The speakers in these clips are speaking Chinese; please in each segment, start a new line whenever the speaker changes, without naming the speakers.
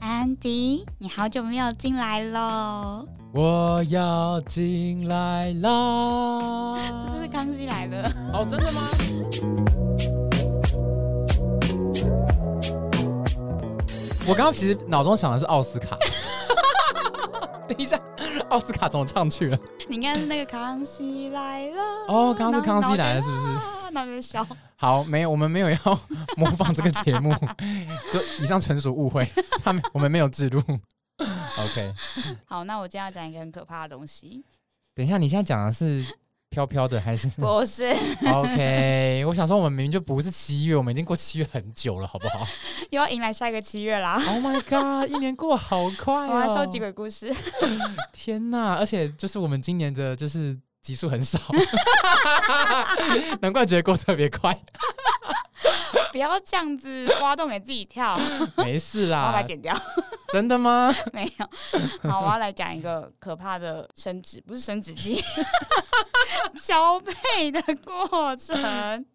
安迪，你好久没有进来喽！
我要进来啦！
这是康熙来了，
哦，真的吗？我刚刚其实脑中想的是奥斯卡。等一下，奥斯卡怎么唱去了？
你应该是那个康熙来了。
哦刚刚是
然后
康熙来了是不？是
然后我就啊那边笑，
好，没有，我们没有要模仿这个节目，就以上纯属误会，他们我们没有记录。OK，
好，那我今天要讲一个很可怕的东西，
等一下，你现在讲的是飘飘的还是
不是
OK，我想说，我们明明就不是七月，我们已经过七月很久了，好不好
又要迎来下一个七月啦。
？Oh my god，一年过好快哦！
我要收集鬼故事，
天哪！而且就是我们今年的，就是集数 很少，难怪觉得过特别快。
不要这样子挖洞给自己跳，
啊
我
没事
要把
啦
它，剪掉。
真的吗？
没有，好，我要来讲一个可怕的生殖，不是生殖 器， 交配的过程。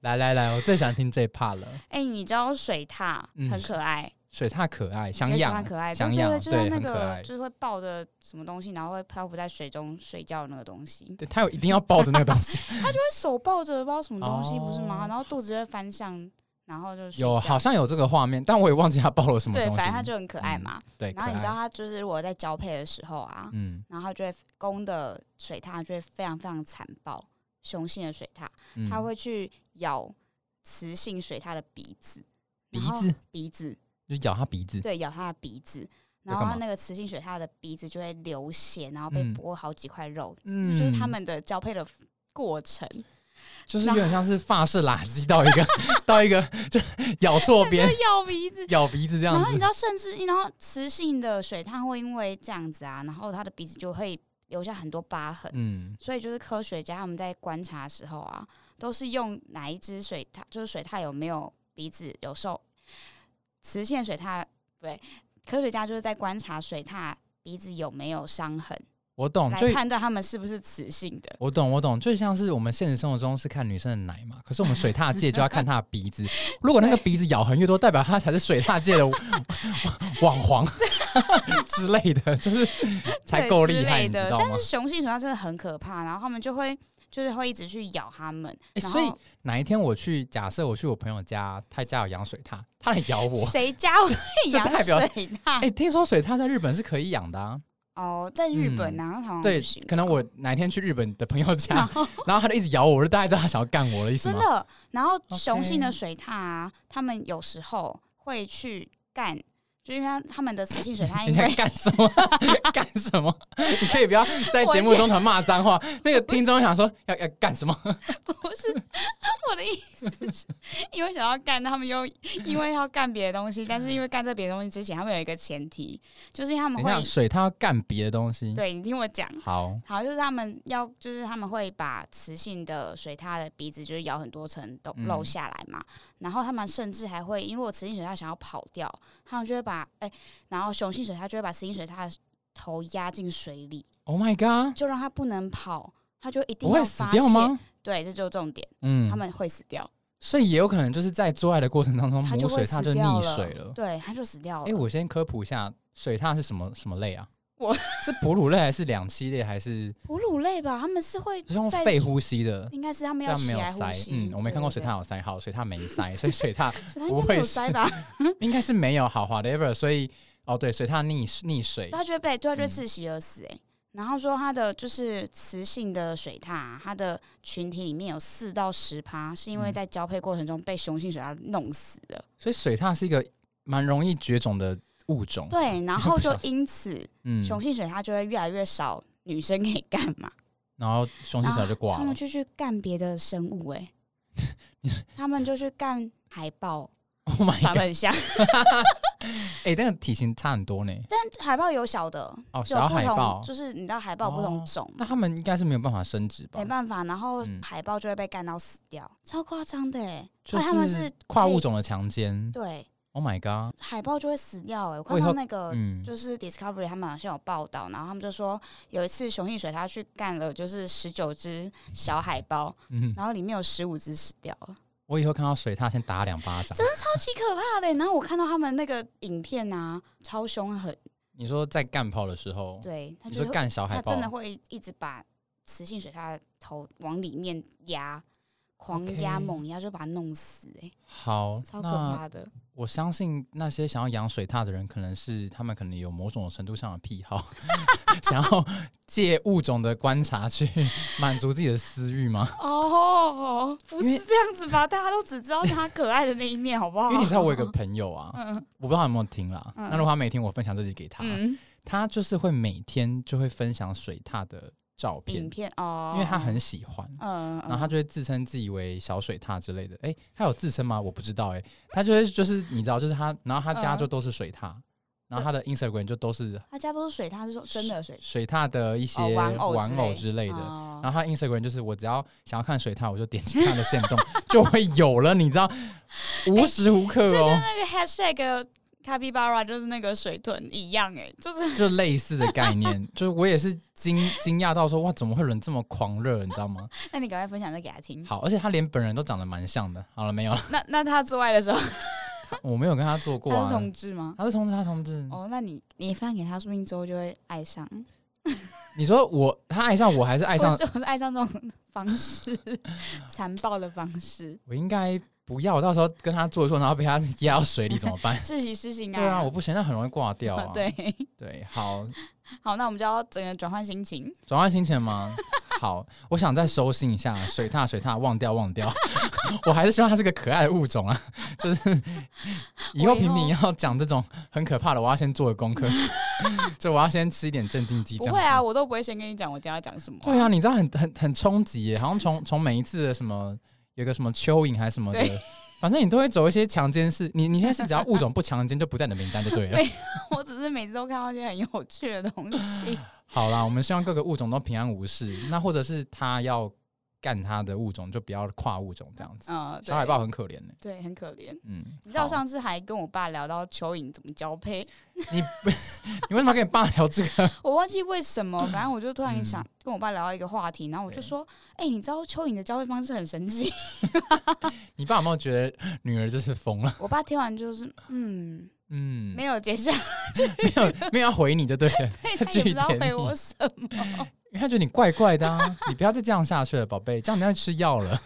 来来来，我最想听这一 part 了。
哎、你知道水獭
嗯
很可爱，
水獭可爱，
你
想
觉得水獭
养，
可爱，
想
对
养，
对对，就是
对，
那
很可
个
爱。
就是会抱着什么东西，然后会漂浮在水中睡觉的那个东西，
对，它有一定要抱着那个东 西。
因为手抱着不知道什么东西，不是吗
哦？
然后肚子会翻向，然后就睡
有，
觉
好像有这个画面，但我也忘记它抱了什么东
对，
西。
反正它就嗯很可爱嘛。
对，
然后你
可
知
爱
道，它就是如果在交配的时候啊，
嗯
然后它就会公的水獭就会非常非常残暴，雄性的水獭，
嗯，
它会去咬雌性水獭的鼻子，
鼻
然后
子
鼻子，
就咬它鼻子。
对，咬它的鼻子，
要
然
干
后
嘛
那个雌性水獭的鼻子就会流血，然后被
嗯
剥好几块肉，
嗯
就是他们的交配的过程，
就是有
然后
点像是法式垃圾到一个到一个就咬错边、
咬鼻子。
咬鼻子这样
然后你
子
知，道，甚至然后雌性的水獭会因为这样子啊，然后它的鼻子就会留下很多疤痕。
嗯，
所以就是科学家他们在观察的时候啊，都是用哪一只水獭，就是水獭有没有鼻子有受雌性水獭对，科学家就是在观察水獭鼻子有没有伤痕，
我懂，就
来判断它们是不是雌性的。
我懂，我懂，就像是我们现实生活中是看女生的奶嘛，可是我们水獭界就要看她的鼻 子，如果那个鼻子咬痕越多，代表她才是水獭界的网 黄之类的，就是才
对
够
之
厉害，
类
你知
的
道吗
但是？雄性水獭真的很可怕，然后他们就会就是会一直去咬它们，
诶
然
所以
后
哪一天我去，假设我去我朋友家，他家有养水獭，他来咬我，
谁家会
这
养
代表
水
哎、
獭？
听说水獭在日本是可以养的啊。
哦，在日本啊，然后台湾
嗯对
不行，，哦
可能我哪天去日本的朋友家，然后他就一直咬我，我就大概知道他想要干我的意思
真
吗？
的。然后
OK
雄性的水獭啊，他们有时候会去干，就因为它它们的雌性水 獭
你
因
想
为
干什么？干什么？你可以不要在节目中突然骂脏话。那个听众想说要要干什么？
不是我的意思是，因为想要干，他们又因为要干别的东西，但是因为干这别的东西之前，他们有一个前提，就是因为他们
等一下，
会
水它要干别的东西。
对你听我讲。
好，
好，就是他们要，就是他们会把雌性的水獭的鼻子就是咬很多层都
嗯
露下来嘛，然后他们甚至还会，因为我雌性水獭想要跑掉，他们就会把哎、然后雄性水獭就会把雌性水獭的头压进水里，
，Oh my god，
就让它不能跑，它就一定
我
要
会死
发
掉
泄？
吗？
对，这就是重点，他
嗯，
们会死掉，
所以也有可能就是在做爱的过程当中，
它
哦母
会
水獭
死
就
掉
溺
了，
水了。
对，它就死掉
哎、
了。
我先科普一下，水獭是什么什么类啊？
我
是哺乳类还是两栖类还是
哺乳类吧，他们是会
就是用
在
肺呼吸的？
应该是他们
这
要
样
起
没有
来呼
塞
吸，，
嗯，我没看过水
对
獭，有塞，好，水獭没塞，所以 水獭
对对水獭
不
应
会
该有
死
塞吧？
应该是没有好 whatever，所以哦对，水獭溺溺水，
他就会被对，他就会
嗯
窒息而死、欸。然后说他的就是雌性的水獭啊，它的群体里面有四到十趴是因为
嗯
在交配过程中被雄性水獭弄死的。
所以水獭是一个蛮容易绝种的物种。，
对，然后就因此
嗯，
雄性水獭就会越来越少女生可以干嘛，
然后雄性
然后
小就挂
啊他
了
们，就去干别的生物、 欸，他们就去干海豹，
Oh my
长
god！
得很像，
哎，那个体型差很多呢。
但海豹有小的，
哦，
有
小
不
海
同，
豹，
就是你知道海豹有不同
哦
种嘛
那他们应该是没有办法生殖吧
没？办法，然后
嗯
海豹就会被干到死掉，超夸张的哎、
就
哎他们是
跨
可以
物种的强奸。
对，
Oh my god！
海豹就会死掉哎、我
我
看
以
到
后
那个
嗯，
就是 Discovery 他们好像有报道，然后他们就说有一次雄性水獭去干了就是十九只小海豹，
嗯，
然后里面有十五只死掉了，
我以后看到水獭先打两巴掌。
超级可怕的。欸然后我看到他们那个影片啊，超凶狠，
你说在干炮的时候，
对，他
你
就
说
是
干小
他
海
真的
豹，
会一直把雌性水獭的头往里面压，狂压
OK
猛压，就把它弄死、欸，
好，
超可
那
怕的。
我相信那些想要养水獭的人，可能是他们可能有某种程度上的癖好， 想要借物种的观 察去满足自己的私欲吗？
哦，不
因为
是这样子吧？大家都只知道它可爱的那一面，好不好？
因为你知道我
哦
有个朋友啊，我不知道他有没有听啦。
嗯
那如果他没听，我分享这集给他，
嗯，
他就是会每天就会分享水獭的照片
影，片哦，
因为他很喜欢。
嗯，
然后他就会自称自己为小水獭之类的，哎、他有自称吗？我不知道、哎，他就会就是你知道，就是他，然后他家
嗯
就都是水獭，然后他的 Instagram 就都是
他家都是水獭，是说真的水
水獭的一些
哦玩偶哦
玩偶之类的，
的。
然后他 Instagram 就是我只要想要看水獭，我就点击他的线动 就会有了，你知道，无时无刻
就
哦、
哎跟那个 hashtag capybara 就是那个水豚一样、哎，就是
就类似的概念， 就是我也是惊惊讶到说哇，怎么会有人这么狂热，你知 道吗？
那你赶快分享这给他听。
好，而且他连本人都长得蛮像的。好了，没有 了，
那那他做爱的时候，
我没有跟他做过
他是
啊。
同志吗？
他是同志，他是同志。
哦，那你你分享给他，说不定之后就会爱上。
你说我他爱上我，还是爱上
我是我是爱上这种方式，残暴的方式，
我？应该不要，我到时候跟他做一做，然后被他压到
？
水里怎么办
自习事情啊。
对啊，我不行，那很容易挂掉啊。
对，
对，好，
好，那我们就要整个转换心情。
转换心 情吗？好，我想再收心一下，水獭水獭忘掉忘掉， 我还是希望它是个可爱的物种啊。 就是以后
我以
平
后
平要讲这种很可怕的，我要先做个 功课，就我要先吃一点镇定剂。
不
这样
会啊，
子，
我都不会先跟你讲我今天要讲什么、
对啊，，你知道很很很冲击耶，好像从从每一次的什么有个什么蚯蚓还是什么的
对，
反正你都会走一些强奸事。你你现在是只要物种不强奸就不在你的名单就对了
没。我只是每次都看到一些很有趣的东西。
好啦，我们希望各个物种都平安无事。那或者是它要干它的物种，就不要跨物种这样子。
嗯，对
小海豹很可怜呢、
对，很可怜。
嗯，
你知道
好
我上次还跟我爸聊到蚯蚓怎么交配，
你为什么要跟你爸聊这个？
我忘记为什么，反正我就突然想
嗯
跟我爸聊到一个话题，然后我就
对
说：“哎、你知道蚯蚓的交配方式很神 奇。
你爸有没有觉得女儿就是疯了？”
我爸听完就是：“嗯，
嗯，
没有接下来，
没有没有要回你就对了，
他也不知道
据点
回
你
我什么。
因为他觉得你怪怪的啊，你不要再这样下去了，宝贝，这样你要去吃药了。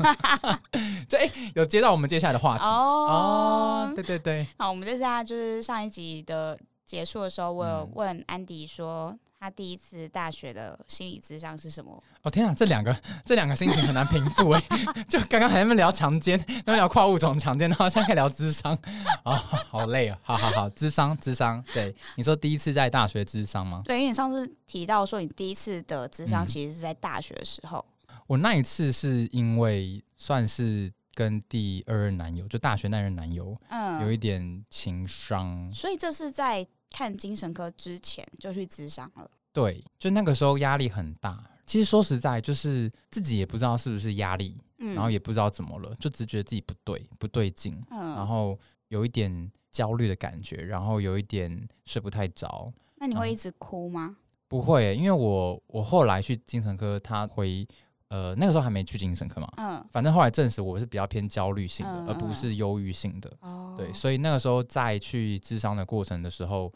这哎、有接到我们接下来的”话题
啊哦，
对对对，
好，我们这下就是上一集的结束的时候，我有
嗯
问安迪说他第一次大学的心理智商是什么？
哦天啊，这两个这两个心情很难平复哎、 就刚刚还在那边聊强奸，那边聊跨物种强奸，然后现在开始聊智商，哦，好累哦，好好好，智商智商，对，你说第一次在大学智商吗？
对，因为你上次提到说你第一次的智商
嗯
其实是在大学的时候，
我那一次是因为算是跟第二任男友，就大学那任男友
嗯，
有一点情商，
所以这是在看精神科之前就去咨商了。
对，就那个时候压力很大。其实说实在，就是自己也不知道是不是压力，
嗯
然后也不知道怎么了，就只觉得自己不对，不对劲，
嗯，
然后有一点焦虑的感觉，然后有一点睡不太着。
那你会
嗯
一直哭吗？
不会耶，因为我我后来去精神科，他回呃那个时候还没去精神科嘛，
嗯，
反正后来证实我是比较偏焦虑性的，
嗯
而不是忧郁性的。
哦，
对，所以那个时候在去智商的过程的时候，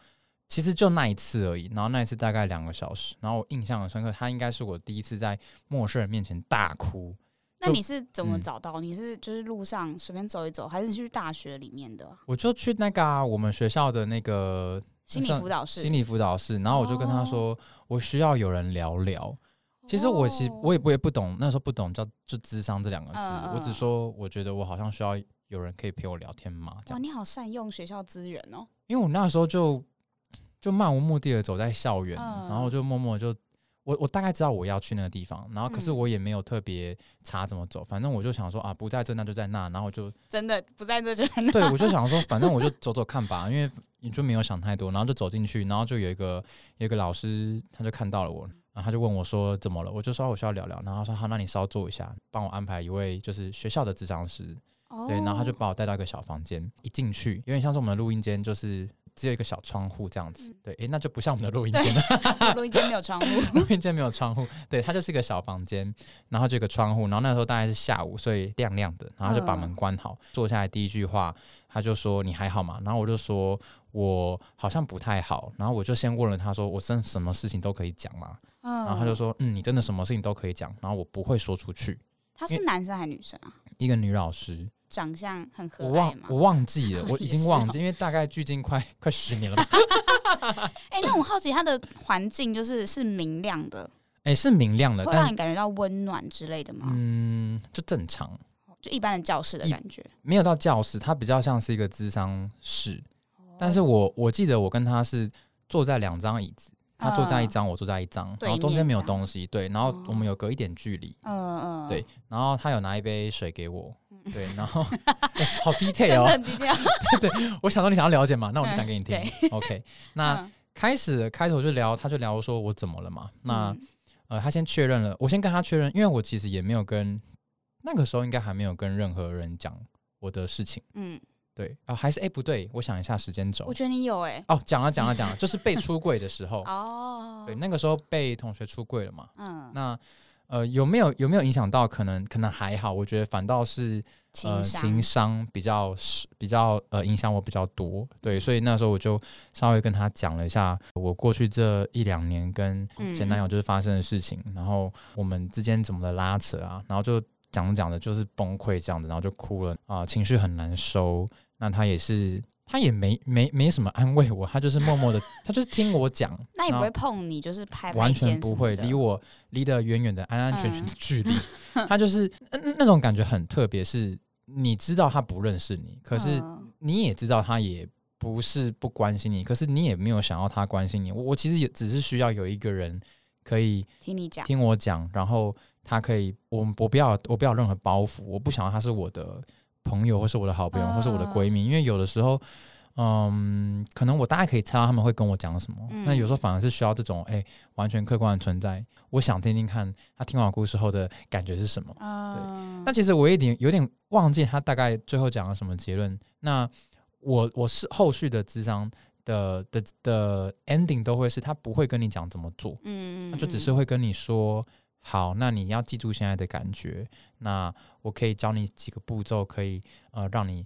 其实就那一次而已。然后那一次大概两个小时，然后我印象很深刻，他应该是我第一次在陌生人面前大哭。
那
就
你是怎么
嗯
找到？你是就是路上随便走一走，还是去大学里面的
我就去那个啊、我们学校的那个
心理
上
辅导室？
心理辅导室，然后我就跟
哦
他说，我需要有人聊聊。其实我其实我也不也不懂，那时候不懂叫就智商这两个字，
哦嗯嗯
我只说我觉得我好像需要有人可以陪我聊天嘛，这
哇，
样
你。好善用学校资源哦。
因为我那时候就就漫无目的的走在校园，
嗯
然后就默默地就我我大概知道我要去那个地方，然后可是
嗯
我也没有特别查怎么走，反正我就想说啊，不在这那就在那，然后我就
真的不在这就很
对我就想说，反正我就走走看吧，因为你就没有想太多，然后就走进去，然后就有一个有一个老师他就看到了我。然后他就问我说：“怎么了？”我就说：“我哦需要聊聊。”然后他说：“好，那你稍坐一下，帮我安排一位就是学校的智商师。”
哦
对，然后他就把我带到一个小房间，一进去有点像是我们的录音间，就是只有一个小窗户这样子。对，诶，那就不像我们的录音间，
录音间没有 窗户，
录音间没有窗户，对，它就是一个小房间，然后就有一个窗户，然后那时候大概是下午，所以亮亮的，然后就把
嗯
门关好，坐下来第一句话，他就说你还好吗？然后我就说我好像不太好，然后我就先问了他说我真什么事情都可以讲吗？
嗯
然后他就说嗯，你真的什么事情都可以讲，然后我不会说出去。
他是男生还是女生啊？
一个女老师，
长相很可
我
爱
忘
嘛
我。忘记了，我已经忘
也是
记，因为大概距今快快十年了吧。
哎、那我好奇他的环境就是是明亮的，
哎、是明亮的，
会
但
让你感觉到温暖之类的吗？
嗯，就正常，
就一般的教室的感觉。
没有到教室，它比较像是一个咨商室。
哦
但是我我记得我跟他是坐在两张椅子，他坐在一张，我坐在一张，
嗯对
然后中间没有
面这样哦
东西，对，然后我们有隔一点距离。
嗯嗯，
对，然后他有拿一杯水给我，对，然后、哎 好
真
detail
的
哦，
很低调。
我想说你想要了解嘛，那我就讲给你听
嗯。
OK，那
嗯
开始开头就聊，他就聊说我怎么了嘛。那、
嗯
呃，他先确认了，我先跟他确认，因为我其实也没有跟那个时候应该还没有跟任何人讲我的事情。
嗯，
对啊、还是哎、不对，我想一下时间轴
我。觉得你有哎、
哦，讲了讲了讲了，就是被出柜的时候，
哦
对，那个时候被同学出柜了嘛。
嗯，
那呃，有没有有没有影响到？可能可能还好，我觉得反倒是
情
呃
商，
情商比较是比较呃影响我比较多，对，所以那时候我就稍微跟他讲了一下我过去这一两年跟
嗯
前男友就是发生的事情，然后我们之间怎么的拉扯啊，然后就讲着讲着就是崩溃这样子，然后就哭了啊、情绪很难收。那他也是，他也没没没什么安慰我，他就是默默的，他就是听我讲，
那也
然
不
后
会碰你，就是拍拍
完
肩
全
什
不
么
会
的
离我离得远远的，安安全全的
嗯
距离。他就是那那种感觉很特别，是你知道他不认识你，可是
嗯
你也知道他也不是不关心你，可是你也没有想要他关心你。我我其实也只是需要有一个人可以
听你讲，
听我讲，然后他可以，我我不要我不要任何包袱，我不想要他是我的朋友，或是我的好朋友，或是我的闺蜜，因为有的时候。嗯，可能我大概可以猜到他们会跟我讲什么，
嗯
那有时候反而是需要这种哎、完全客观的存在。我想听听看他听完我故事后的感觉是什么。
嗯，
那其实我有点有点忘记他大概最后讲了什么结论。那我我是后续的智商的的的 ending 都会是他不会跟你讲怎么做，
嗯
他就只是会跟你说。好，那你要记住现在的感觉。那我可以教你几个步骤，可以呃让你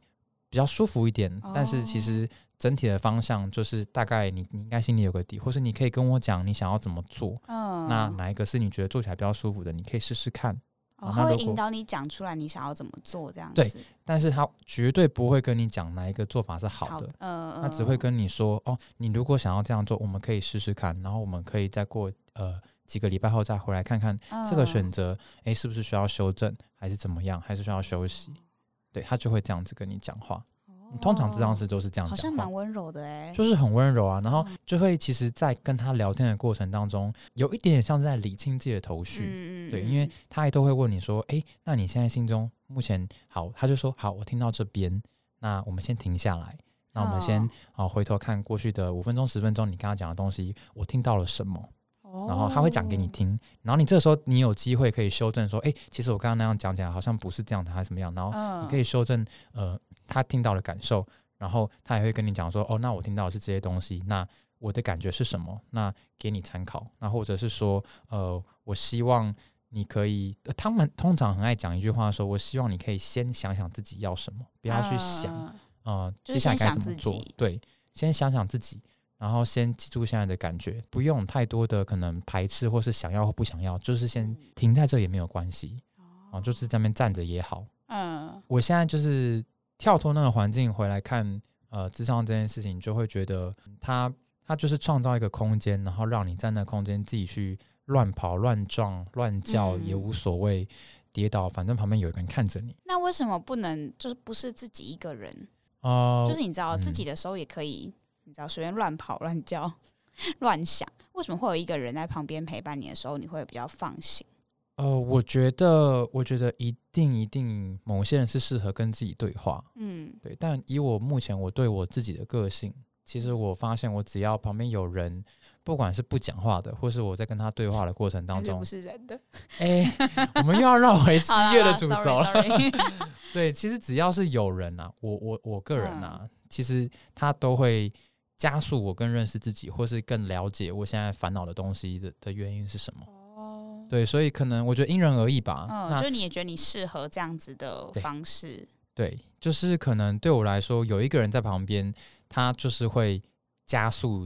比较舒服一点。但是其
哦
实整体的方向就是大概你你应该心里有个底，或是你可以跟我讲你想要怎么做。
嗯，
那哪一个是你觉得做起来比较舒服的，你可以试试看。
哦
啊
他
那
会
如果
引导你讲出来你想要怎么做这样子，
对但是他绝对不会跟你讲哪一个做法是好
好
的，，
嗯，
他只会跟你说哦，你如果想要这样做，我们可以试试看，然后我们可以再过呃几个礼拜后再回来看看
嗯
这个选
择，
择，诶，是不是需要修正，还是怎么样，还是需要休息？对他就会这样子跟你讲话。通常智商
哦
师都是这样
好像
讲
蛮
话。
温柔的哎、
就是很温柔啊，然后
嗯
就会其实，在跟他聊天的过程当中，有一点点像是在理清自己的头绪，
嗯
对，因为他还都会问你说，诶，那你现在心中目前好，他就说好，我听到这边，那我们先停下来，那我们先
哦
啊、回头看过去的五分钟、十分钟，你刚刚讲的东西，我听到了什么，然
然
后他会讲给
哦
你，听，然后你这时候你有机会可以修正说，诶，其实我刚刚那样讲起来好像不是这样的，还是怎么样，然后
嗯
哦你可以修正呃他听到的感受，然后他也会跟你讲说，哦，那我听到的是这些东西，那我的感觉是什么？那给你参考。那或者是说，呃，我希望你可以，呃他们通常很爱讲一句话说，我希望你可以先想想自己要什么，
不
不要去想，呃，
就是
接下来
先
该
想
怎么
自
做
己？
对，先想想自己，然后先记住现在的感觉，不用太多的可能排斥或是想要或不想要，就是先
嗯
停在这也没有关系啊、就是在那边站着也好。
嗯
我现在就是跳脱那个环境回来看，呃，智商这件事情，就会觉得嗯它它就是创造一个空间，然后让你在那空间自己去乱跑、乱撞、乱叫
嗯
也无所谓，跌倒反正旁边有一个人看着你。
那为什么不能就是不是自己一个人？
哦、
就是你知道
嗯
自己的时候也可以，你知道随便乱跑乱叫 乱想，为什么会有一个人在旁边陪伴你的时候，你会比较放心？
呃，我觉得，我觉得一定一定，某些人是适合跟自己对话，
嗯
对。但以我目前我对我自己的个性，其实我发现，我只要旁边有人，不管是不讲话的，或是我在跟他对话的过程当
还是
中
不，是人的
哎、我们又要绕回 七
好啦
月
好
的
啦
主
sorry，
轴了。
sorry 嗯
对，其实只要是有人啊，我我我个人啊，其实他都会加速我更认识自己，或是更了解我现在烦恼的东西的的原因是什么。
哦，
对，所以可能我觉得因人而异吧。
嗯，
那
就你也觉得你适合这样子的
对
方式，
对，就是可能对我来说，有一个人在旁边，他就是会加速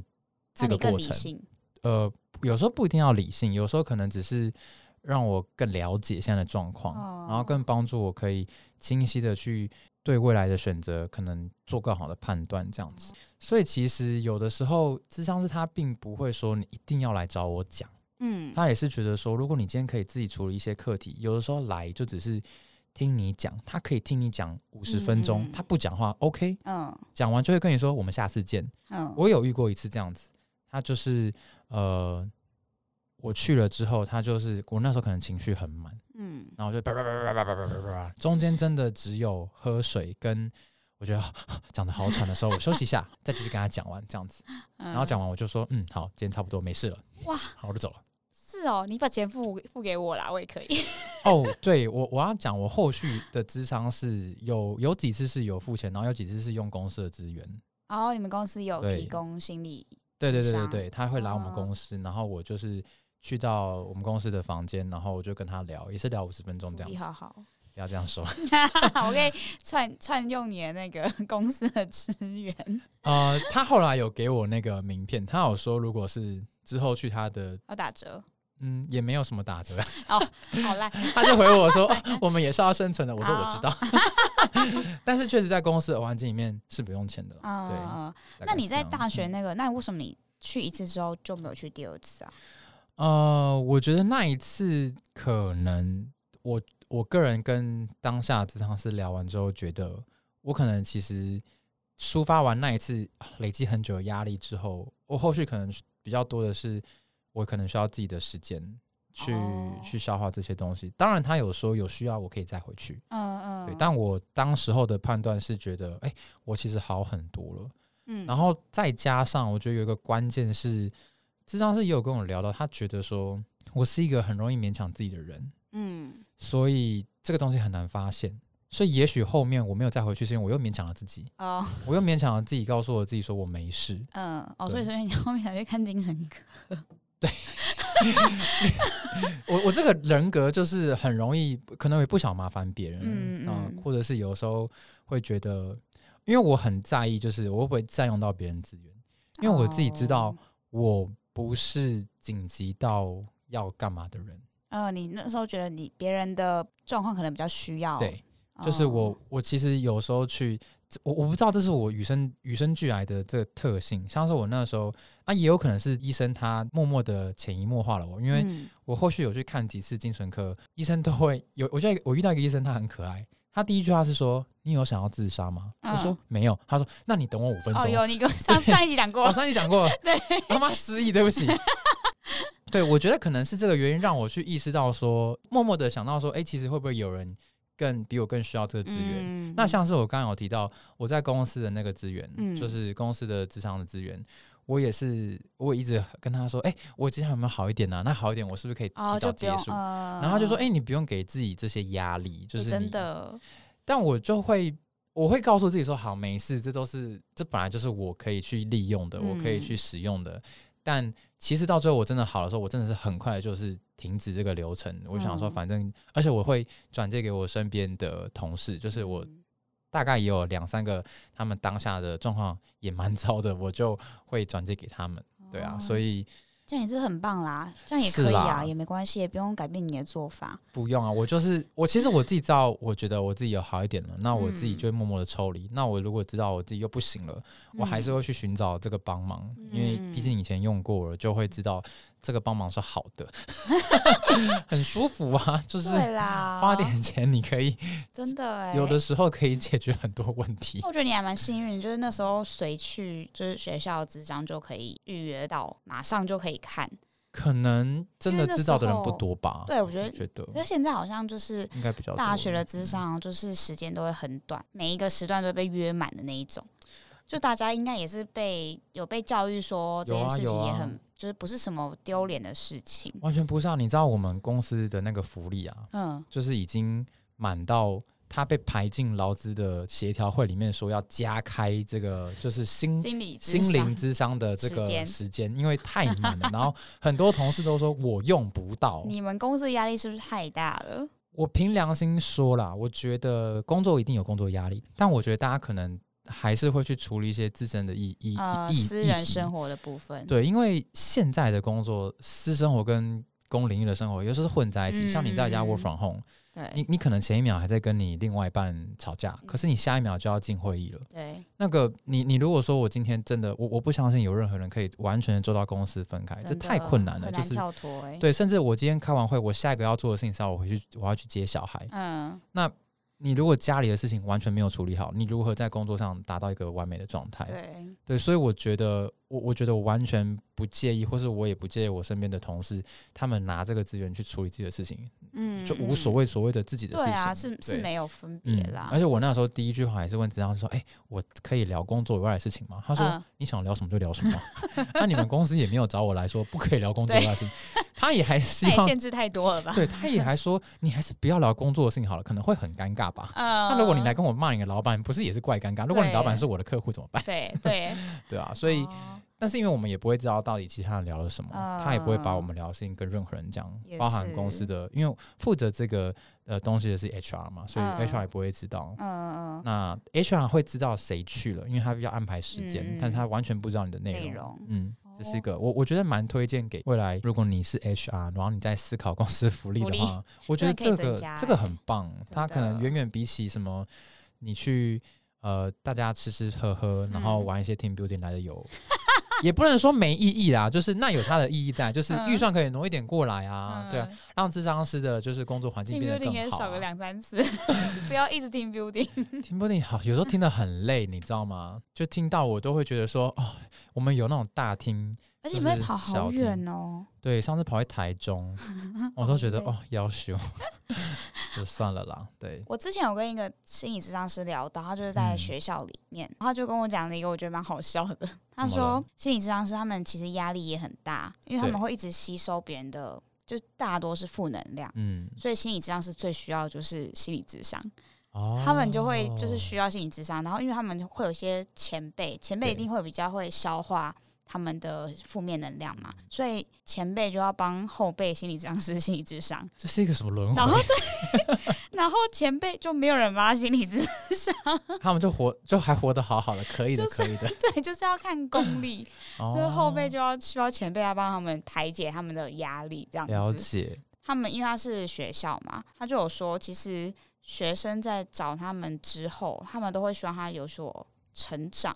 这
让
个
你更
过
理
程。
性。
呃，有时候不一定要理性，有时候可能只是让我更了解现在的状况，
哦
然后更帮助我可以清晰的去对未来的选择可能做更好的判断，这样
哦
子。所以其实有的时候，智商是他并不会说你一定要来找我讲，
嗯，
他也是觉得说，如果你今天可以自己处理一些课题，有的时候来就只是。听你讲，他可以听你讲五十分钟，
嗯
他不讲话，OK，
嗯
讲完就会跟你说我们下次见。
嗯，
我有遇过一次这样子，他就是呃，我去了之后，他就是我那时候可能情绪很满，
嗯
然后就叭叭叭叭叭叭叭叭叭，中间真的只有喝水跟我觉得 讲的好喘的时候，我 休息一下，再继续跟他讲完这样子，
嗯，
然后讲完我就说嗯好，今天差不多没事了，
哇
好我就走了。
是哦，你把钱付付给我啦，我也可以。
哦，对我我要讲我后续的智商是有有几次是有付钱，然后有几次是用公司的资源，
然哦后你们公司有
对
提供心理
对对对对
商
对，他会来我们
哦
公司，然后我就是去到我们公司的房间，然后我就跟他聊，也是聊五十分钟这
福
样
利
子，
好好，
不要这样说。
我可以串串用你的那个 公司的资源，
呃，他后来有给我那个名片，他有说如果是之后去他的，
要打折，
嗯，也没有什么打折，
好烂。
他就回我说、哦我们也是要生存的，我说我知道，
哦
但是确实在公司的环境里面是不用钱的啦。对
啊、
大概
那你
是
在
这样
大学
嗯
那个，那为什么你去一次之后就没有去第二次啊？
呃，我觉得那一次可能我我个人跟当下这场是聊完之后，觉得我可能其实抒发完那一次累积很久的压力之后，我后续可能是比较多的是我可能需要自己的时间去、
哦
去消化这些东西。当然，他有说有需要我可以再回去，
嗯
对，
嗯，
但我当时候的判断是觉得，哎、我其实好很多了。
嗯
然后再加上，我觉得有一个关键是，智商师也有跟我聊到，他觉得说我是一个很容易勉强自己的人，
嗯
所以这个东西很难发现。所以也许后面我没有再回去，是因为我又勉强了自己，
哦
我又勉强了自己，告诉我自己说我没事。
嗯哦，所
对
以所以你后面才去看精神科，
我我这个人格就是很容易，可能也不想麻烦别人，
嗯嗯
啊
嗯
或者是有时候会觉得，因为我很在意，就是我会不会占用到别人资源，因为我自己知道
哦，
我不是紧急到要干嘛的人。
呃，你那时候觉得你别人的状况可能比较需要，哦
对，就是我，我其实有时候去，我我不知道这是我与生与生俱来的这个特性，像是我那时候啊，也有可能是医生他默默的潜移默化了我，因
因
为我后续有去看几次精神科，医生都会有，我觉得我遇到一个医生，他很可爱，他第一句话是说：“你有想要自杀吗？”我说
嗯：“
没有。”他说：“那你等我五分钟。
哦有你跟我 上上一集讲
我
过，
上一集讲过了，
对，
他妈失忆，对 不起。对，我觉得可能是这个原因让我去意识到说，默默的想到说，哎、其实会不会有人更比我更需要这个资源？
嗯
那像是我刚刚有提到，我在公司的那个资源，
嗯
就是公司的职场的资源，我也是，我一直跟他说，哎、我今天有没有好一点呢、啊那好一点，我是不是可以
哦
提
就
早
不
结
用，
束？
呃、
然后他就说，哎、你不用给自己这些压力，就
欸
是
真
你
的，
但我就会我会告诉自己说，好，没事，这都是这本来就是我可以去利用的，
嗯
我可以去使用的。但其实到最后我真的好的时候，我真的是很快就是停止这个流程。我想说，
嗯
反正而且我会转借给我身边的同事，就是我
嗯
大概也有两三个，他们当下的状况也蛮 糟的，我就会转借给他们。对啊，
哦
所以
这样也是很棒啦，这样也
是
可以
啦
啊，也没关系，也不用改变你的做法。
不用啊，我就是我，其实我自己知道，我觉得我自己有好一点了，那我自己
嗯
就会默默的抽离。那我如果知道我自己又不行了，我还是
嗯
会去寻找这个帮忙，
嗯
因为毕竟以前用过了，就会知道这个帮忙是好 的，很舒服啊，就是
对啦，
花点钱，你可以
真的 哎、
有的时候可以解决很多问题。
我觉得你还蛮幸运，就是那时候随去就是学校的智商就可以预约到，马上就可以看。
可能真的知道的人不多吧？
对，我觉
哦我
得，
觉得
因为现在好像就是
应该比较多嗯
大学的智商，就是时间都会很短，每一个时段都被约满的那一种。就大家应该也是被有被教育说这
有
件
啊
事
有
情也
啊
很，就是不是什么丢脸的事情。
完全不是啊！你知道我们公司的那个福利啊，
嗯，
就是已经满到他被排进劳资的协调会里面，说要加开这个就是心
心理智
嗯心灵
商
之商的这
时
个
间
时间，因为太满了。然后很多同事都说我用不到。
你们公司的压力是不是太大了？
我凭良心说啦，我觉得工作一定有工作压力，但我觉得大家可能还是会去处理一些自身的议议
呃，
议
私人生
活。
活的部分，
对，因为现在的工作，私生活跟公领域的生活有时候是混在一起。像你在家
嗯
work from home，你
对
你可能前一秒还在跟你另外一半吵架，可是你下一秒就要进会议了。
对，
那个你你如果说我今天真的我我不相信有任何人可以完全地做到公私分开，哎这
真的
太困难了，
很
就
难
是。
跳脱哎。，
对，甚至我今天开完会，我下一个要做的事情是要我回去，我要去接小孩。
嗯，
你如果家里的事情完全没有处理好，你如何在工作上达到一个完美的状态？
对，
对，所以我觉得，我我觉得我完全不介意，或是我也不介意我身边的同事，他们拿这个资源去处理自己的事情，
嗯，
就无
嗯。
所谓所谓的自己的事
对
情。
啊，是是
对
没有分别
嗯
啦。，
而且我那时候第一句话还是问子章说：“哎、我可以聊工作以外的事情吗？”他说：“
嗯
你想聊什么就聊什么 啊、那你们公司也没有找我来说不可以聊工作以外的事情，他也还希
那也
望，
限制太多 了吧？
对，他也还说你还是不要聊工作的事情好了，可能会很尴尬吧。
嗯，
那如果你来跟我骂你的老板，不是也是怪尴尬？如果你老板是我的客户怎么办？
对对，
对啊，所以，
哦
但是因为我们也不会知道到底其他人聊了什么，
嗯
他也不会把我们聊的事情跟任何人讲
也，
包含
是
公司的，因为负责这个呃东西的是 HR 嘛，所以
嗯
HR 也不会知道。
嗯嗯
那 HR 会知道谁去了，因为他要安排时间，
嗯嗯
但是他完全不知道你的内容。
内容
嗯，这是一
哦
个我我觉得蛮推荐给未来，如果你是 HR，然后你在思考公司福利
福
的
利
话，我觉得
真的
这
可以
个
增加
这个
欸
很棒，它可能远远比起什么你去呃大家吃吃喝喝，然后
嗯
玩一些 team building 来的有。 也不能说没意义啦，就是那有它的意义在，就是预
嗯
算可以挪一点过来
嗯
啊，对啊，，让智商师的就是工作环
team
境变得
building
更
也
好、
少
啊
个。两三 次，不要一直 team building。
听不听好，有时候听得很累，你知道吗？就听到我都会觉得说，哦，我们有那种大厅，
而
且
且
你
你
们会
们
跑
跑
好
好
远
远哦，
对，上次跑去 台中，我都觉得
好累
哦，要修， 就算了啦。对，
我之前有跟一个心理咨商师聊到，他就是在
嗯
学校里面，然后他就跟我讲了一个我觉得蛮好笑的。 他
怎么了
说，心理咨商师他们其实压力也很大，因为他
对
们会一直吸收别人的，就大多是负能量，
嗯，
所以心理咨商师最需要的就是心理咨商，
哦，
他们就会就是需要心理咨商，然后因为他们会有一些前辈，前辈
对
一定会比较会消化。他们的负面能量嘛，所以前辈就要帮后辈心理咨商师心理咨商，
这是一个什么轮
然后
回？
然后前辈就没有人帮他心理咨
他们就活就还活得好好的，可以的，
就是
可以的。
对，就是要看功力，
哦
就是后辈就要需要前辈来帮他们排解他们的压力，这
哦了
样子。
解，
他们因为他是学校嘛，他就有说，其实学生在找他们之后，他们都会希望他有所成长，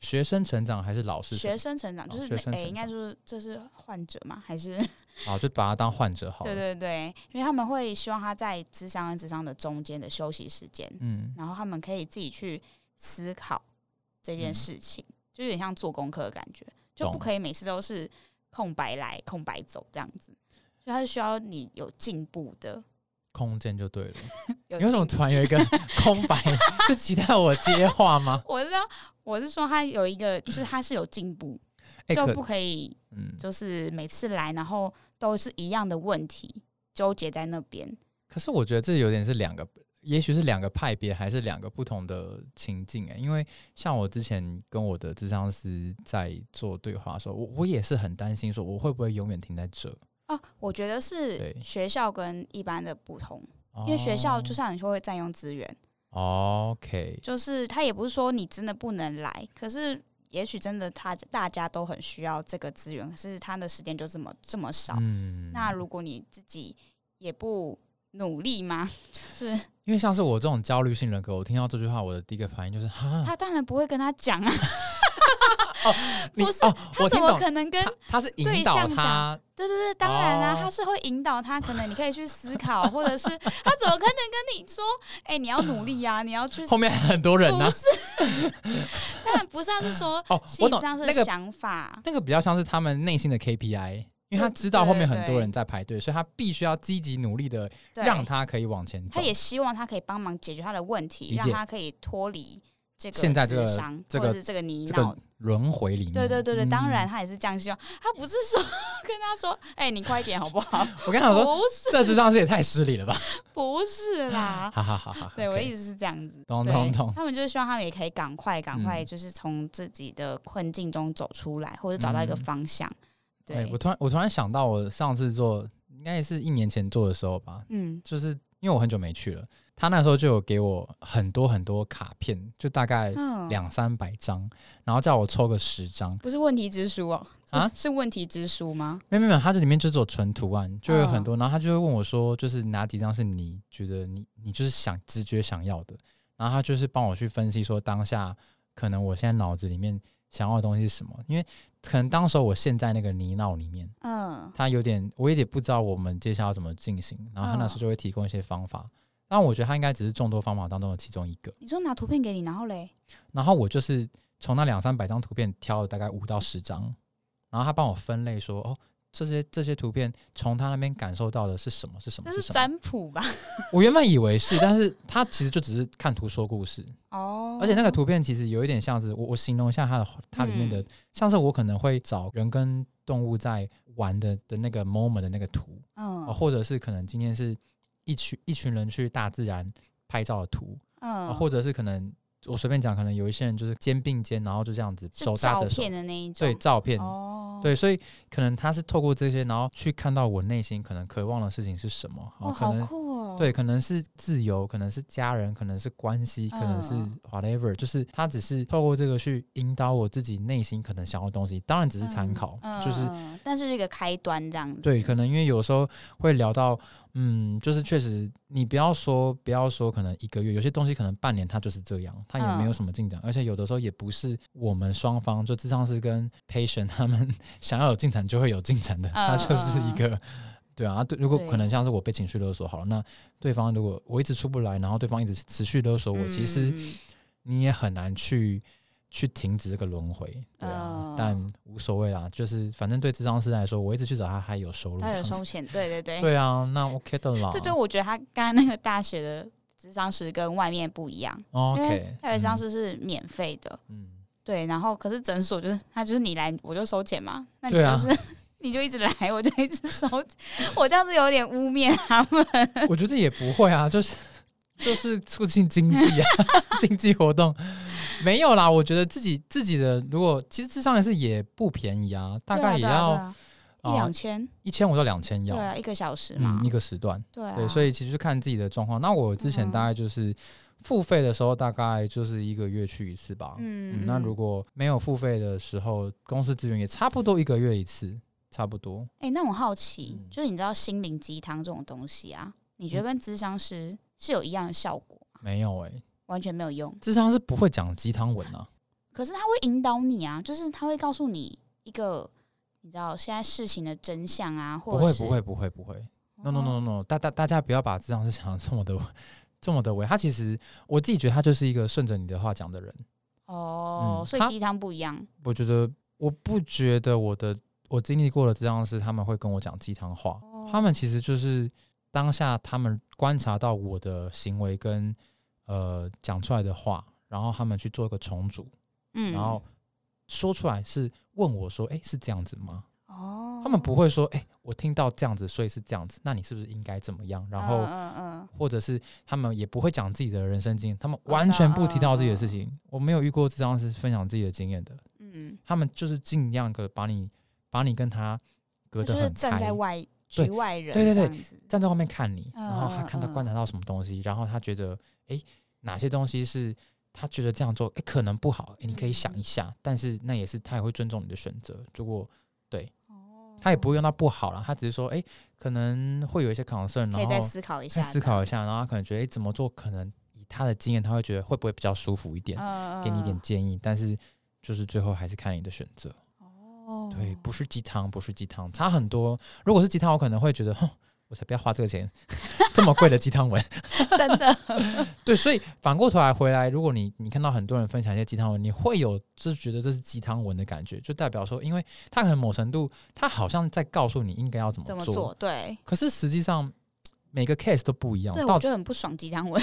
学生成长还是老师成
学生成长
哦
就是
学
每
生
诶、
成
应该
长
就是这是患者嘛，还是
好，哦就把他当患者 好了。
对对对，因为他们会希望他在智商跟智商的中间的休息时间，
嗯，
然后他们可以自己去思考这件
嗯
事情，就有点像做功课的感觉，就不
懂
可以每次都是空白来空白走这样子，所以它是需要你有进步的。
空间就对了。
有
你为什么
进
突然有一个空 白？是期待我接话吗？
我知道，我是说他有一个，就是他是有进步，
哎、
就
可
不可以
嗯，
就是每次来然后都是一样的问题纠结在那边。
可是我觉得这有点是两个，也许是两个派别，还是两个不同的情境哎、因为像我之前跟我的智商师在做对话的时候，我我也是很担心说我会不会永远停在这，
哦，我觉得是
对
学校跟一般的不同，因为学校就像你说会占用资源，
哦 OK，
就是他也不是说你真的不能来，可是也许真的他大家都很需要这个资源，可是他的时间就这么这么少。
嗯，
那如果你自己也不努力吗？就是
因为像是我这种焦虑性人格，我听到这句话，我的第一个反应就是 哈，
他当然不会跟他讲啊，
你
不是
哦，
他
我
怎
听
么
懂，
可能跟
他他是引
对
导
象讲
他，
对对对，当然啦、
哦
他是会引导他，可能你可以去思考， 或者是他怎么可能跟你说，哎、你要努力呀、啊，你要去
后面很多人呢、
不是， 当然不是，他是说
哦，
心
我
理
懂
上是
那个
想法，
那个比较像是他们内心的 KPI，因为他
对
知道后面
对对
很多人在排队，所以他必须要积极努力的
对
让他可以往前
他
走。
也希望他可以帮忙解决他的问题，
理解
让他可以脱离这个
现在这个
智商
这个
或者是这个泥
这
脑
个轮回里面。
对对对对，
嗯
当然他也是这样希望，他不是说 跟他说，哎、你快一点好不好？
我跟 他说，
不是
这智障是也太失礼了吧！
不是啦，
哈哈哈哈。
对我的
OK
意思是这样子。
懂懂
对，
懂，
他们就是希望他们也可以赶快赶快，
嗯
就是从自己的困境中走出来，或者找到一个
嗯
方向。
哎
对
我，突然我突然想到，我上次做应该也是一年前做的时候吧，
嗯
就是因为我很久没去了，他那时候就有给我很多很多卡片，就大概
嗯，
两三百张，然后叫我抽个十张，
不是问题之书哦，
啊
是是问题之书吗？
没有没有，他这里面就只有纯图案，就有
嗯
很多，然后他就会问我说，就是哪几张是你觉得你你就是想直觉想要的，然后他就是帮我去分析说当下可能我现在脑子里面想要的东西是什么，因为可能当时候我陷在那个泥淖里面。
嗯
他有点，我有点不知道我们接下来要怎么进行。然后他那时候就会提供一些方法，但我觉得他应该只是众多方法当中的其中一个。
你说拿图片给你，然后嘞，
然后我就是从那两三百张图片挑了大概五到十张，然后他帮我分类说，哦，这些这些图片从他那边感受到的是什么是什么
这
是
是
什么。
占卜吧？
我原本以为是，但是他其实就只是看图说故事，
哦，
而且那个图片其实有一点像是我我形容一下它的它里面的，
嗯
像是我可能会找人跟动物在玩的的那个 moment 的那个图，
嗯
哦，或者是可能今天是一群一群人去大自然拍照的图，啊，
嗯，
或者是可能我随便讲，可能有一些人就是肩并肩，然后就这样子
是
手搭
照
着手，
片的那一种，
对照片，
哦，
对，所以可能他是透过这些，然后去看到我内心可能渴望的事情是什么，啊
哦，
可
好
能。
酷哦，
对，可能是自由，可能是家人，可能是关系，可能是
嗯
whatever，就是他只是透过这个去引导我自己内心可能想要的东西，当然只
嗯，
是参考，
嗯
就是
嗯但是一个开端这样子，
对，可能因为有时候会聊到，嗯，就是确实，你不要说不要说，可能一个月，有些东西可能半年它就是这样，它也没有
嗯
什么进展，而且有的时候也不是我们双方，就智商是跟 patient 他们 想要有进展就会有进展的，它就是一
嗯嗯嗯
个。对啊，对，如果可
对
能像是我被情绪勒索好了，那对方如果我一直出不来，然后对方一直持续勒索我，
嗯，
其实
嗯嗯
你也很难去去停止这个轮回，对啊，
哦
但无所谓啦，就是反正对智商师来说，我一直去找他还有收入，
他
这
有
样子
收钱，对对 对，
对啊，那 OK 的啦，
这就我觉得他刚刚那个大学的智商师跟外面不一样，因为
OK，
大学智商
嗯
师是免费的，
嗯
对，然后可是诊所就是他就是你来我就收钱嘛，那你
对啊
就是。 你就一直来，我就一直收钱，我这样子有点污蔑他们。
我觉得也不会啊， 就是就是促进经济啊， 经济活动没有啦。我觉得自己自己的如果其实智商也是也不便宜啊，大概也
对啊对啊
要
对啊一两千，
一千五到两千
对
要，
啊，一个小时嘛
嗯，一，个时段。
对啊，嗯
对，所以其实就看自己的状况。那我之前大概就是付费的时候，大概就是一个月去一次吧。嗯
嗯，
那如果没有付费的时候，公司资源也差不多一个月一次，差不多。
哎、那我好奇，
嗯
就是你知道心灵鸡汤这种东西啊，你觉得跟咨商师是有一样的效果吗？
没有哎、欸，
完全没有用。
智商是不会讲鸡汤文啊。
可是他会引导你啊，就是他会告诉你一个你知道现在事情的真相啊，
不
或者
会，
是
不会，不会，不会。No no no no，no，大大大家不要把智商是想的这么的这么的伪。他其实我自己觉得他就是一个顺着你的话讲的人。
哦，
嗯
所
他
以鸡汤不一样
我觉得我不觉得我的我经历过的这样是他们会跟我讲鸡汤话，
哦
他们其实就是当下他们观察到我的行为跟呃讲出来的话，然后他们去做一个重组，
嗯，
然后说出来是问我说，哎、是这样子吗？
哦，
他们不会说，哎、我听到这样子，所以是这样子，那你是不是应该怎么样？然后
嗯嗯嗯
或者是他们也不会讲自己的人生经验，他们
我知道
完全不提到
嗯
自己的
嗯
事情。我没有遇过这张是分享自己的经验的，
嗯，
他们就是尽量的把你把你跟他隔
就
得
是
很
站
开，
在外局外人
对对
这
对
样子，
站在外面看你，然后他
嗯嗯
看他
嗯
观察到什么东西，然后他觉得诶哪些东西是他觉得这样做诶可能不好，诶你可以想一
嗯
下，但是那也是他也会尊重你的选择。如果
哦
他也不会用到不好啦，他只是说诶可能会有一些 concern，
可以
然
再
后
思考一下
再
这样，
思考一下，然后他可能觉得诶怎么做可能以他的经验，他会觉得会不会比较舒服一点，
嗯，嗯
给你一点
嗯
建议，但是就是最后还是看你的选择。
哦，
对，不是鸡汤，不是鸡汤，差很多。如果是鸡汤，我可能会觉得，哼，我才不要花这个钱， 这么贵的鸡汤文。
真的，
对，所以反过头来回来，如果你你看到很多人分享一些鸡汤文，你会有就是觉得这是鸡汤文的感觉，就代表说，因为他可能某程度，他好像在告诉你应该要怎么
怎么
做，
做？对，
可是实际上每个 case 都不一样。
对，
到
我就很不爽鸡汤文。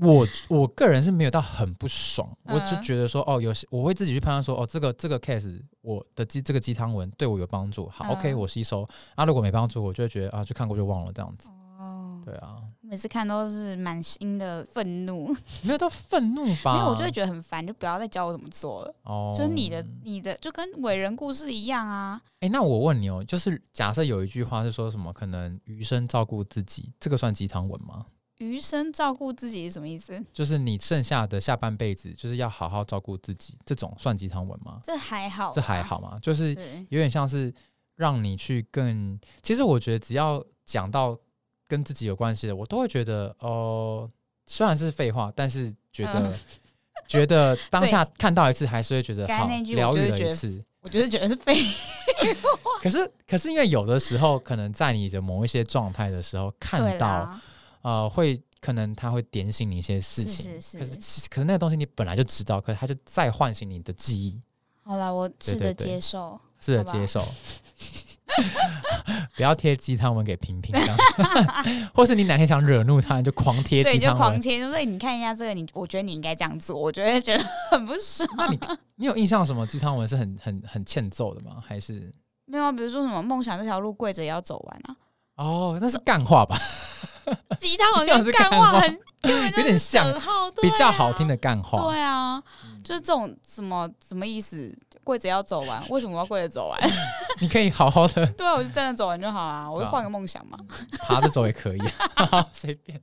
我我个人是没有到很不爽，
嗯
我只觉得说哦，有些我会自己去判断说哦，这个这个 case 我的鸡这个鸡汤文对我有帮助，好、
嗯
OK 我吸收啊，如果没帮助，我就会觉得啊，就看过就忘了这样子，
哦，
对啊，
每次看都是满心的愤怒，
没有到愤怒吧？
没有我就会觉得很烦，就不要再教我怎么做了。
哦，
就是你的你的就跟伟人故事一样啊，
哎、那我问你哦，就是假设有一句话是说什么，可能余生照顾自己，这个算鸡汤文吗？
余生照顾自己是什么意思？
就是你剩下的下半辈子，就是要好好照顾自己，这种算鸡汤文吗？
这还好，
这还，好吗？就是
对，
有点像是让你去更，其实我觉得只要讲到跟自己有关系的，我都会觉得哦、虽然是废话，但是觉得、觉得当下看到一次，还是会觉
嗯
得
刚才
好
那句
疗
我就
愈
会
了
觉
一
得
次。
我就是觉得是废，
可是可是因为有的时候，可能在你的某一些状态的时候
对
看到，
啦，
呃，会可能他会点醒你一些事情，
是是
可是其可是那个东西你本来就知道，可是他就再唤醒你的记忆。
好啦，我试
对
着
对
接受。
试着
好不好
接受， 不要贴鸡汤文给平平 这样，或是你哪天想惹怒他，你就狂贴
对，
鸡
你就
汤
狂
文。
贴，就是你看一下这个，你我觉得你应该这样做，我就会觉得很不爽。
那你你有印象什么鸡汤文是很很很欠揍的吗？还是
没有啊，比如说什么梦想这条路跪着也要走完啊，
哦，那是干话吧，
鸡汤我
这样
就是干
干
话
话
很根本就
有
是
点像
梗号，对
比
啊
较好听的干话。
对啊，
嗯
就是这种什么什么意思？跪着要走完，为什么我要跪着走完？
你可以好好的
对啊，我就真的走完就好啊，我就换个梦想嘛。
爬着走 也可以，随便。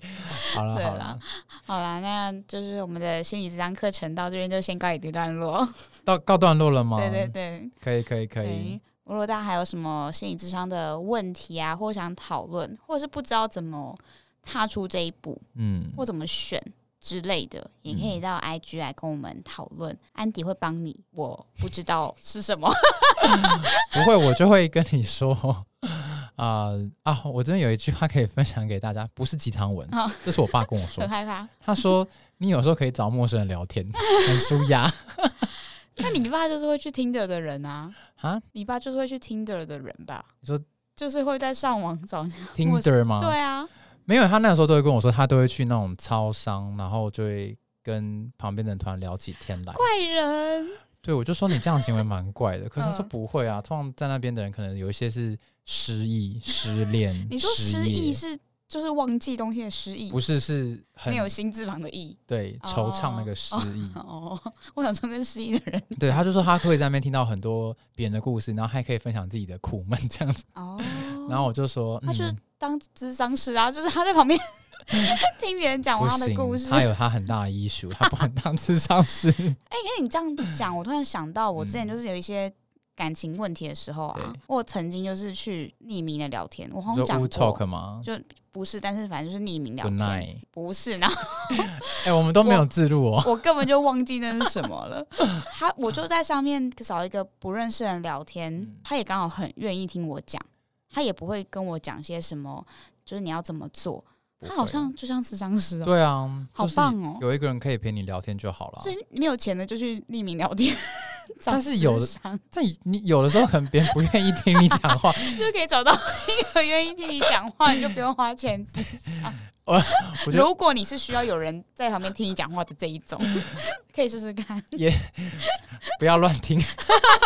好了
对
好
啦
了，
好啦，那就是我们的心理智商课程到这边就先告一段落。
到告段落了吗？
对对对，
可以可以可以
对。如果大家还有什么心理智商的问题啊，或想讨论，或者是不知道怎么踏出这一步，
嗯，
或怎么选之类的，也可以到 IG 来跟我们讨论。安迪会帮你，我不知道是什 么。
不会，我就会跟你说， 啊、啊，我这边有一句话可以分享给大家，不是鸡汤文
好，
这是我爸跟我说
很，害怕。
他说你有时候可以找陌生人聊 天，很舒压
那你爸就是会去 Tinder 的人啊，
啊。
你爸就是会去 Tinder 的人吧？
你说啊
就是会在上网找一下陌生
Tinder 吗？
对啊，
没有，他那个时候都会跟我说，他都会去那种超商，然后就会跟旁边的人突然聊起天来。
怪人。
对，我就说你这样行为蛮怪 的，可是他说
嗯，
不会啊，通常在那边的人可能有一些是失忆、失恋
你说失
业
忆是就是忘记东西的失忆，
不是是很
没有心字旁的意。
对惆怅那个失忆？
哦， 我想说跟失忆的人。
对，他就说他会在那边听到很多别人的故事，然后还可以分享自己的苦闷这样子。
哦，
然后我就说，
他就是
嗯、
当智商师啊，就是他在旁 边听别人讲
不
完他的故
行，
事。
他有他很大的医术，他不能当智商师。
哎、那你这样讲，我突然想到，我之前
嗯
就是有一些感情问题的时候啊
对，
我曾经就是去匿名的聊 天，我好
就
像讲
w talk
过，
吗
就不是，但是反正就是匿名聊
？Good
天，
night。
不是，然后
哎、我们都没有自 录哦。
我根本就忘记那是什么 了。他我就在上面找一个不认识的人聊天
嗯，
他也刚好很愿意听我讲，他也不会跟我讲些什么，就是你要怎么做，他好像就像智商师哦、
对啊，
好
就是
棒哦
有一个人可以陪你聊天就好了
所。以没有钱的就去匿名聊天。 找
但是有的
智商
这你有的时候可能别人不愿意听你 讲话，
就可以找到一个愿意听你讲话，你就不用花钱。
我觉得
如果你是需要有人在旁边听你讲话的这一种， 可以试试看。
不要乱听。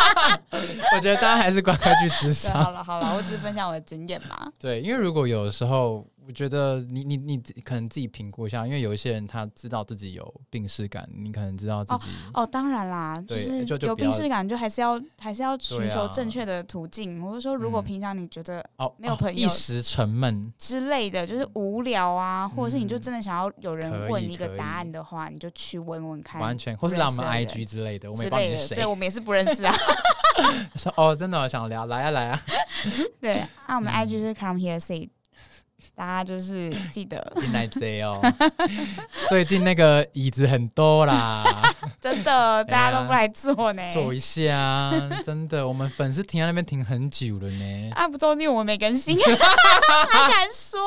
我觉得大家还是乖乖去智
对，啊
商。
好了好了，我只是分享我的经验嘛。
对，因为如果有的时候，我觉得你你你自可能自己评估一下，因为有一些人他知道自己有病耻感，你可能知道自己、
哦，当然啦，
对
是
就就
有
不要
病耻感，就还是要还是要寻
对
求
啊嗯
正确的途径。我是说，如果平常你觉得
哦
没有
哦
朋
一
友
时沉闷，
之类的，就是无聊啊，或者是你就真的想要有
嗯可
人
以
问你一个
可以
答案的话，你就去问问看。
完全或是
认
来我
识
们
的人
IG 之类的，我
之
们也不知道
类
你是
的，对
谁，
我们也是不认识啊。
说哦，真的我想聊，来啊来啊，
对，啊，我们的
嗯
IG 是 come here say，大家就是记得。
进来贼哦， 最近那个椅子很 多啦，
真的，
对
大
啊
家都不来做呢。
坐一下，真的，我们粉丝停在那边停很久了 呢，
啊，不中间我们没更 新，还敢说？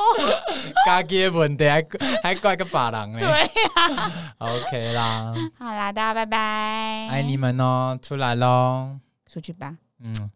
嘎给问题还还怪个把郎呢
对，啊
，OK 啦，
好啦，大家拜拜，
爱你们哦，出来喽。
出去吧。
嗯，